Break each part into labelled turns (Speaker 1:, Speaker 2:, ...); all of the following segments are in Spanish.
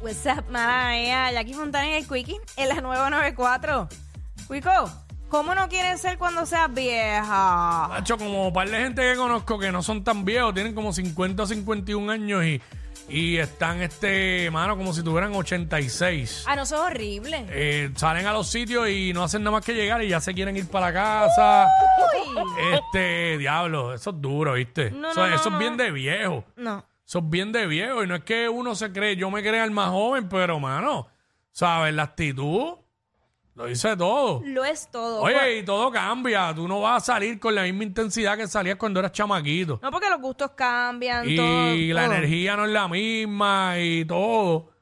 Speaker 1: What's up, mala mía? Jackie Fontana y el Quickie en la nueva 94. Quico, ¿cómo no quieres ser cuando seas vieja?
Speaker 2: Macho, como par de gente que conozco que no son tan viejos, tienen como 50 o 51 años y, y están, este, mano, como si tuvieran 86.
Speaker 1: Ah, no, eso es horrible.
Speaker 2: Eh, salen a los sitios y no hacen nada más que llegar y ya se quieren ir para la casa.
Speaker 1: Uy.
Speaker 2: Este, diablo, eso es duro, ¿viste?
Speaker 1: No,
Speaker 2: eso,
Speaker 1: no, no,
Speaker 2: eso
Speaker 1: no.
Speaker 2: es bien de viejo.
Speaker 1: No.
Speaker 2: Eso es bien de viejo. Y no es que uno se cree, yo me creo el más joven, pero, mano, ¿sabes? La actitud lo dice todo.
Speaker 1: Lo es todo.
Speaker 2: Oye, y todo cambia. Tú no vas a salir con la misma intensidad que salías cuando eras chamaquito.
Speaker 1: No porque los gustos cambian, todo.
Speaker 2: Y la
Speaker 1: todo.
Speaker 2: energía no es la misma y todo.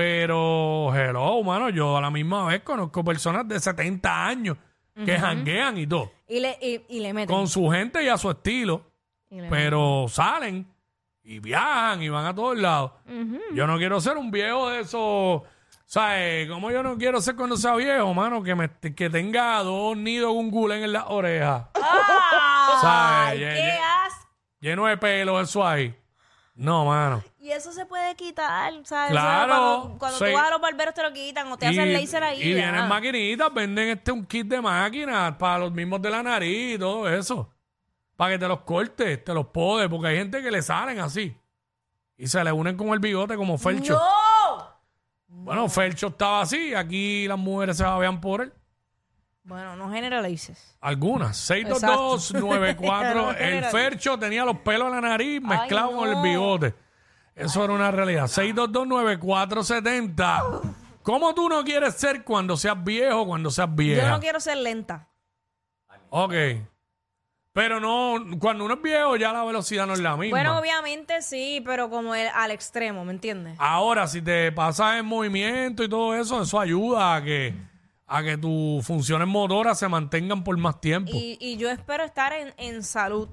Speaker 2: Pero, hello, mano, yo a la misma vez conozco personas de 70 años que janguean y todo.
Speaker 1: Y le, y, y le meten.
Speaker 2: Con su gente y a su estilo.
Speaker 1: Y le-
Speaker 2: Pero salen y viajan y van a todos lados. Yo no quiero ser un viejo de esos. ¿Sabes? Como yo no quiero ser cuando sea viejo, mano, que, me, que tenga dos nidos gungulen en las orejas.
Speaker 1: ¡Ay,
Speaker 2: ¿Sabes? Ya-
Speaker 1: ¡Ah! qué
Speaker 2: ya-
Speaker 1: asco!
Speaker 2: lleno de pelo, eso ahí. No, mano.
Speaker 1: Y eso se puede quitar, ¿sabes?
Speaker 2: Claro,
Speaker 1: Cuando, cuando
Speaker 2: sí.
Speaker 1: tú vas a los barberos te lo quitan o te hacen laser ahí. ah.
Speaker 2: y
Speaker 1: ya.
Speaker 2: vienen maquinitas, venden este un kit de máquinas para los mismos de la nariz y todo eso. Para que te los cortes, te los podes, porque hay gente que le salen así. Y se le unen con el bigote como Felcho.
Speaker 1: ¡No!
Speaker 2: Bueno, Felcho estaba así, aquí las mujeres se babean por él.
Speaker 1: Bueno, no generalices.
Speaker 2: Algunas.
Speaker 1: Exacto.
Speaker 2: 62294. el
Speaker 1: General.
Speaker 2: Fercho tenía los pelos en la nariz mezclados con
Speaker 1: no.
Speaker 2: el bigote. Eso era una realidad. 6229470. ¿Cómo tú no quieres ser cuando seas viejo o cuando seas
Speaker 1: Yo
Speaker 2: vieja?
Speaker 1: no quiero ser lenta.
Speaker 2: Ok. Pero no, cuando uno es viejo ya la velocidad no es la misma.
Speaker 1: Bueno, obviamente sí, pero como el- al extremo, ¿me entiendes?
Speaker 2: Ahora, si te pasas en movimiento y todo eso, eso ayuda a que, a que tus funciones motoras se mantengan por más tiempo.
Speaker 1: Y, y yo espero estar en, en salud,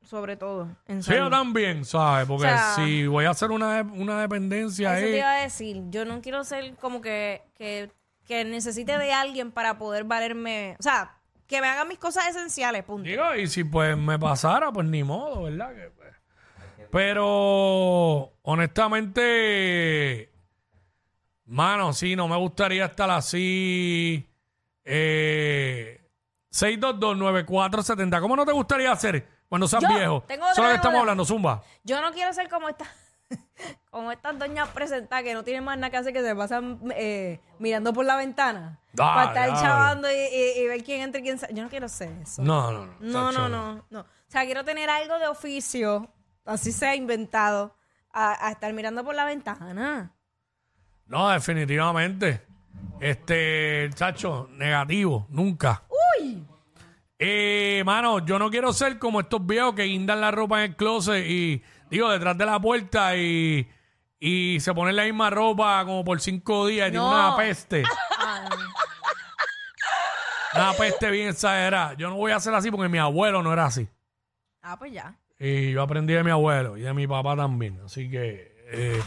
Speaker 1: sobre todo. En
Speaker 2: Sí, yo
Speaker 1: salud.
Speaker 2: también, ¿sabes? Porque
Speaker 1: O sea,
Speaker 2: si voy a hacer una, de- una dependencia
Speaker 1: Eso te
Speaker 2: ahí,
Speaker 1: iba a decir. Yo no quiero ser como que, que, que necesite de alguien para poder valerme. O sea, que me hagan mis cosas esenciales, punto.
Speaker 2: digo, y si pues me pasara, pues ni modo, ¿verdad? Que, pues. Pero, honestamente, mano, sí, no me gustaría estar así. Eh, 6229470, ¿cómo no te gustaría hacer cuando seas
Speaker 1: Yo
Speaker 2: viejo?
Speaker 1: tengo otra,
Speaker 2: Eso es lo que
Speaker 1: tengo
Speaker 2: estamos
Speaker 1: otra.
Speaker 2: hablando, Zumba.
Speaker 1: Yo no quiero ser como estas como estas doñas presentadas que no tienen más nada que hacer que se pasan eh, mirando por la ventana.
Speaker 2: Ah,
Speaker 1: para estar
Speaker 2: diablo.
Speaker 1: chavando y, y- y ver quién entra y quién sale. Yo no quiero ser eso.
Speaker 2: No, no, no.
Speaker 1: No, no,
Speaker 2: chacho,
Speaker 1: no, no. O sea, quiero tener algo de oficio, así sea inventado, a, a estar mirando por la ventana.
Speaker 2: No, definitivamente. Este, chacho, negativo, nunca. ¡Uy! Eh, mano, yo no quiero ser como estos viejos que guindan la ropa en el closet y, digo, detrás de la puerta y, y se ponen la misma ropa como por cinco días y tienen
Speaker 1: No.
Speaker 2: una peste.
Speaker 1: Ah,
Speaker 2: Una peste bien exagerada. Yo no voy a ser así porque mi abuelo no era así.
Speaker 1: Ah, pues ya.
Speaker 2: Y yo aprendí de mi abuelo y de mi papá también. Así que eh,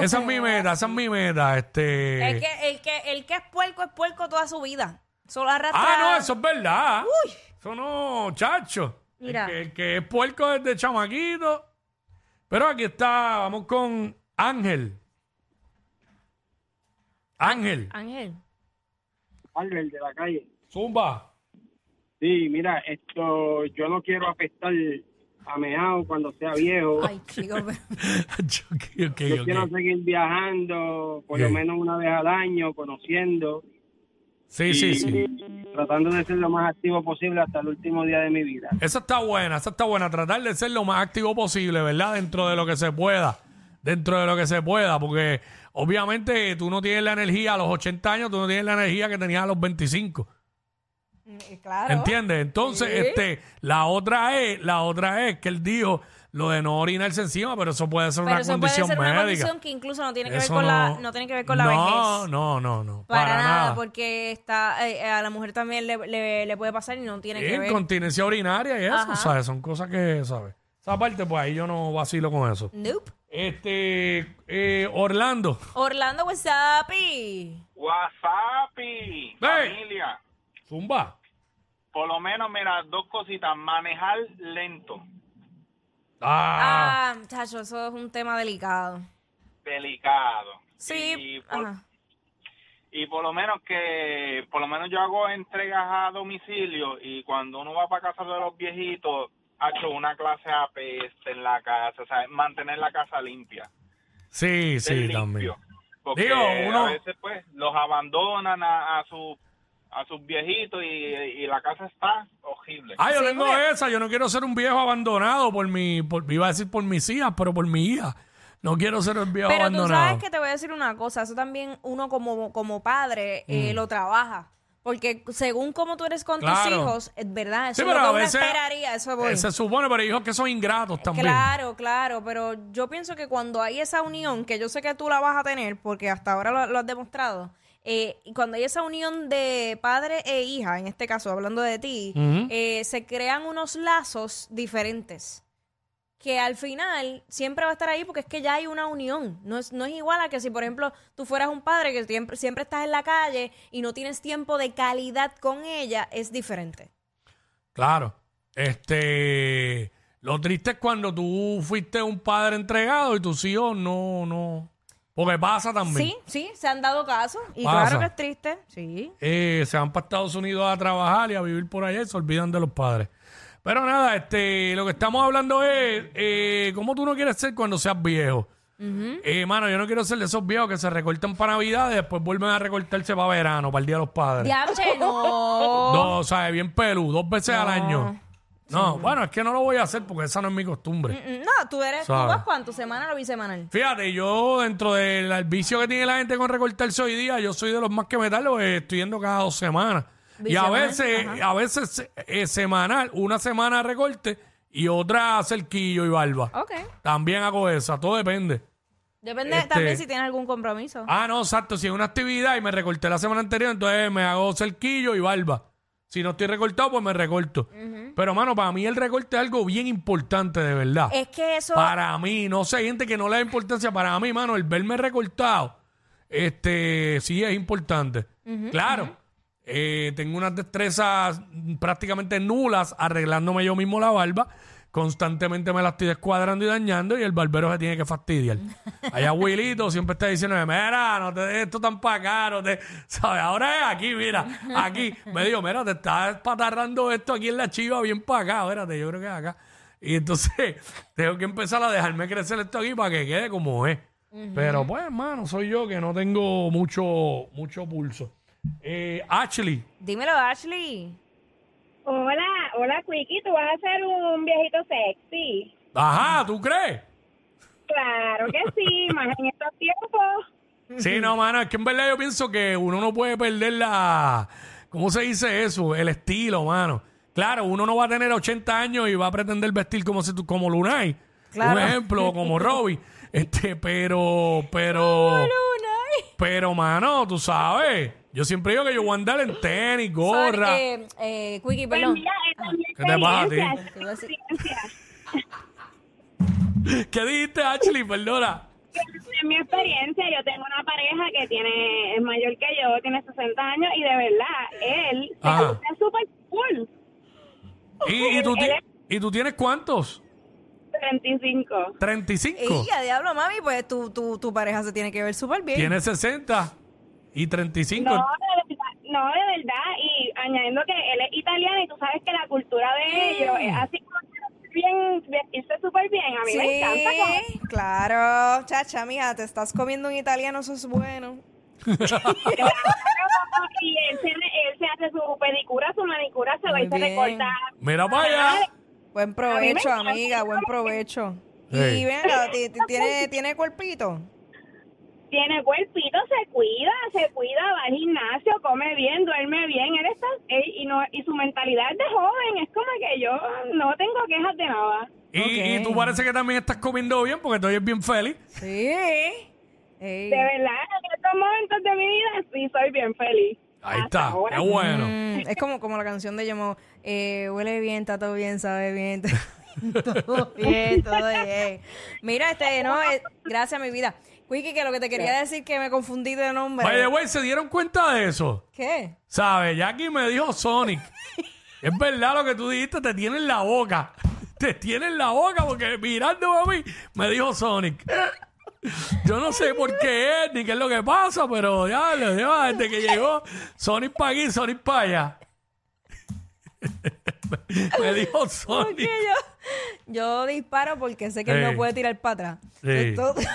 Speaker 2: esa es mi meta, esa es mi meta. Este...
Speaker 1: El, que, el, que, el que es puerco es puerco toda su vida. Solo arrastra.
Speaker 2: Ah, no, eso es verdad. Eso no, chacho.
Speaker 1: Mira.
Speaker 2: El que, el que es puerco desde chamaquito. Pero aquí está, vamos con Ángel. Ángel,
Speaker 1: Ángel.
Speaker 3: Albert de la calle.
Speaker 2: Zumba.
Speaker 3: Sí, mira, esto, yo no quiero apestar a meao cuando sea viejo.
Speaker 1: Ay, chico, pero-
Speaker 2: ok, ok,
Speaker 3: yo quiero
Speaker 2: ok.
Speaker 3: seguir viajando, por
Speaker 2: Sí.
Speaker 3: lo menos una vez al año, conociendo,
Speaker 2: Sí, sí, sí.
Speaker 3: tratando de ser lo más activo posible hasta el último día de mi vida.
Speaker 2: Esa está buena, esa está buena. Tratar de ser lo más activo posible, ¿verdad? Dentro de lo que se pueda. Dentro de lo que se pueda, porque obviamente tú no tienes la energía a los 80 años, tú no tienes la energía que tenías a los 25.
Speaker 1: claro.
Speaker 2: ¿Entiendes? Entonces, este, la otra es, la otra es que él dijo, lo de no orinarse encima, pero eso puede ser
Speaker 1: Pero
Speaker 2: una
Speaker 1: eso puede ser
Speaker 2: condición
Speaker 1: una
Speaker 2: médica.
Speaker 1: condición que incluso no tiene que ver
Speaker 2: Eso
Speaker 1: con la
Speaker 2: no-
Speaker 1: no tiene que ver con la
Speaker 2: No,
Speaker 1: vejez.
Speaker 2: no, no, no.
Speaker 1: Para, nada, porque está eh, a la mujer también le, le- le puede pasar y no tiene que ver.
Speaker 2: Incontinencia urinaria y eso,
Speaker 1: Ajá.
Speaker 2: ¿sabes? Son cosas que, ¿sabes? Esa parte, pues ahí yo no vacilo con eso.
Speaker 1: Nope.
Speaker 2: Este, eh, Orlando.
Speaker 1: Orlando Wasapi.
Speaker 4: Wasapi, familia.
Speaker 2: Zumba.
Speaker 4: Por lo menos, mira, dos cositas. Manejar lento.
Speaker 2: Ah,
Speaker 1: Ah, chacho, eso es un tema delicado.
Speaker 4: Delicado.
Speaker 1: Sí,
Speaker 4: Y por,
Speaker 1: ajá.
Speaker 4: y por lo menos que, por lo menos yo hago entregas a domicilio y cuando uno va para casa de los viejitos, ha hecho una clase apeste en la casa, o sea, mantener la casa limpia.
Speaker 2: sí, sí,
Speaker 4: limpio.
Speaker 2: también.
Speaker 4: Porque
Speaker 2: Digo, uno-
Speaker 4: a veces pues los abandonan a, a sus a sus viejitos y, y la casa está horrible.
Speaker 2: Ah, yo
Speaker 1: Sí,
Speaker 2: tengo
Speaker 1: porque-
Speaker 2: esa. Yo no quiero ser un viejo abandonado por mi, por, iba a decir por mis hijas, pero por mi hija. No quiero ser un viejo
Speaker 1: Pero tú
Speaker 2: abandonado.
Speaker 1: sabes que te voy a decir una cosa, eso también uno como, como padre eh, lo trabaja. Porque según cómo tú eres con tus
Speaker 2: Mm. Claro.
Speaker 1: hijos, es verdad, eso
Speaker 2: Sí,
Speaker 1: es
Speaker 2: pero
Speaker 1: lo que
Speaker 2: a
Speaker 1: uno
Speaker 2: veces
Speaker 1: esperaría, eso voy.
Speaker 2: eh, se supone, pero hijos que son ingratos también.
Speaker 1: Claro, claro, pero yo pienso que cuando hay esa unión, que yo sé que tú la vas a tener, porque hasta ahora lo, lo has demostrado, eh, y cuando hay esa unión de padre e hija, en este caso hablando de ti,
Speaker 2: Ujú.
Speaker 1: eh, se crean unos lazos diferentes, que al final siempre va a estar ahí porque es que ya hay una unión, no es, no es igual a que si por ejemplo tú fueras un padre que siempre, siempre estás en la calle y no tienes tiempo de calidad con ella, es diferente.
Speaker 2: Claro. Este, lo triste es cuando tú fuiste un padre entregado y tus hijos no, no. Porque pasa también.
Speaker 1: Sí, sí, se han dado casos y
Speaker 2: Pasa.
Speaker 1: claro que es triste, sí.
Speaker 2: Eh, se van para Estados Unidos a trabajar y a vivir por allá y se olvidan de los padres. Pero nada, este, lo que estamos hablando es eh, cómo tú no quieres ser cuando seas viejo. Eh, mano, yo no quiero ser de esos viejos que se recortan para Navidad y después vuelven a recortarse para verano, para el Día de los Padres.
Speaker 1: Diablo, no.
Speaker 2: No, o sea, bien pelú, dos veces al año. No, bueno, es que no lo voy a hacer porque esa no es mi costumbre.
Speaker 1: No, tú eres,
Speaker 2: Sabe.
Speaker 1: ¿tú vas cuánto? ¿Semanal o bisemanal?
Speaker 2: Fíjate, yo dentro del el vicio que tiene la gente con recortarse hoy día, yo soy de los más que me tardo, eh, estoy yendo cada dos semanas. Y a
Speaker 1: Bisemanal,
Speaker 2: veces, a veces eh, semanal, una semana recorte y otra cerquillo y barba.
Speaker 1: Ok.
Speaker 2: También hago esa, todo depende.
Speaker 1: Depende
Speaker 2: Este-
Speaker 1: también si tienes algún compromiso.
Speaker 2: Ah, no, exacto, si es una actividad y me recorté la semana anterior, entonces me hago cerquillo y barba. Si no estoy recortado, pues me recorto. Pero, mano, para mí el recorte es algo bien importante, de verdad.
Speaker 1: Es que eso.
Speaker 2: Para mí, no sé, gente que no le da importancia. Para mí, mano, el verme recortado, este, sí es importante. claro, eh, tengo unas destrezas mm, prácticamente nulas arreglándome yo mismo la barba. Constantemente me la estoy descuadrando y dañando y el barbero se tiene que fastidiar. Allá abuelito siempre está diciendo, mira, no te des esto tan para acá, no te... ¿Sabes? Ahora es aquí, mira, aquí. Me digo, mira, te estás patarrando esto aquí en la chiva bien para acá, espérate, yo creo que es acá. Y entonces tengo que empezar a dejarme crecer esto aquí para que quede como es. Pero pues, hermano, soy yo que no tengo mucho, mucho pulso. Eh, Ashley,
Speaker 1: Dímelo, Ashley.
Speaker 5: Hola, hola Quickie, tú vas a ser un viejito sexy.
Speaker 2: ajá, ¿tú crees?
Speaker 5: Claro que sí, más en estos tiempos.
Speaker 2: Sí, no, mano, es que en verdad yo pienso que uno no puede perder la... ¿Cómo se dice eso? El estilo, mano. Claro, uno no va a tener 80 años y va a pretender vestir como si tú, como Lunay.
Speaker 1: Claro.
Speaker 2: Un ejemplo, como Robbie. Este, pero, pero...
Speaker 1: Oh, Luna.
Speaker 2: Pero, mano, tú sabes. Yo siempre digo que yo voy a andar en tenis, gorra.
Speaker 1: Sorry, eh, eh, Quickie,
Speaker 5: Pues
Speaker 1: perdón.
Speaker 5: mira, esa es mi
Speaker 2: ¿Qué te pasa a ti?
Speaker 5: experiencia,
Speaker 1: Te iba a decir-
Speaker 2: ¿Qué dijiste, Ashley? Perdona.
Speaker 5: esa es mi experiencia, yo tengo una pareja que tiene es mayor que yo, tiene 60 años y de verdad, él se
Speaker 2: Ajá.
Speaker 5: gusta súper cool.
Speaker 2: ¿Y, y tú, ti-
Speaker 5: Él es-
Speaker 2: y tú tienes cuántos?
Speaker 5: 35.
Speaker 2: ¿35?
Speaker 1: Ey, a diablo, mami, pues tu, tu, tu pareja se tiene que ver súper bien.
Speaker 2: Tienes 60 y 35.
Speaker 5: No, de verdad, no, de verdad, y añadiendo que él es italiano y tú sabes que la cultura de ellos es así como que bien, vestirse súper bien, a mí me encanta como
Speaker 1: Sí, claro. Chacha, mija, te estás comiendo un italiano, eso es bueno.
Speaker 5: y él se, él se hace su pedicura, su manicura, se va y
Speaker 1: Muy
Speaker 5: se
Speaker 1: bien.
Speaker 5: recorta.
Speaker 2: Mira para allá.
Speaker 1: Buen provecho,
Speaker 5: encanta.
Speaker 1: amiga, buen provecho.
Speaker 2: Ey.
Speaker 1: Y venga, ti- ti- tiene, tiene cuerpito.
Speaker 5: Tiene cuerpito, se cuida, se cuida, va al gimnasio, come bien, duerme bien. Él está él- y no y su mentalidad de joven es como que yo no tengo quejas de nada.
Speaker 2: Y, y tú parece que también estás comiendo bien porque te oyes bien feliz.
Speaker 1: Sí. Ey.
Speaker 5: De verdad, en estos momentos de mi vida sí soy bien feliz.
Speaker 2: Ahí
Speaker 5: Hasta
Speaker 2: está.
Speaker 5: ahora.
Speaker 2: Qué bueno.
Speaker 1: Mm, es como, como la canción de Yemo, eh, huele bien, está todo bien, sabe bien, está todo bien, todo bien. Mira, este, no, eh, gracias a mi vida. Wiki, que lo que te quería decir que me confundí de nombre.
Speaker 2: By the way, ¿se dieron cuenta de eso?
Speaker 1: ¿Qué?
Speaker 2: ¿Sabes? Jackie me dijo Sonic. es verdad lo que tú dijiste, te tienen la boca. Te tienen la boca porque mirando a mí me dijo Sonic. Yo no sé por qué es ni qué es lo que pasa, pero ya, lo lleva desde que llegó Sonic para aquí, Sonic para allá. me dijo
Speaker 1: Porque
Speaker 2: Sonic.
Speaker 1: yo, yo disparo porque sé que él
Speaker 2: Ey.
Speaker 1: no puede tirar para atrás.
Speaker 2: Sí.
Speaker 1: Entonces,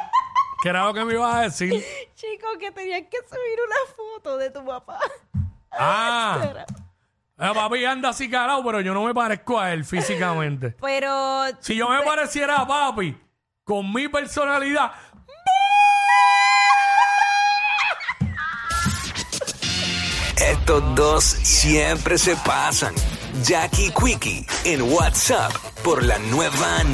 Speaker 2: ¿Qué era lo que me ibas a decir?
Speaker 1: chicos, que tenías que subir una foto de tu papá.
Speaker 2: Ah, eh, papi anda así carao, pero yo no me parezco a él físicamente.
Speaker 1: Pero,
Speaker 2: Si yo me pareciera a papi, con mi personalidad.
Speaker 6: Estos dos siempre se pasan. Jackie Quickie en WhatsApp por la nueva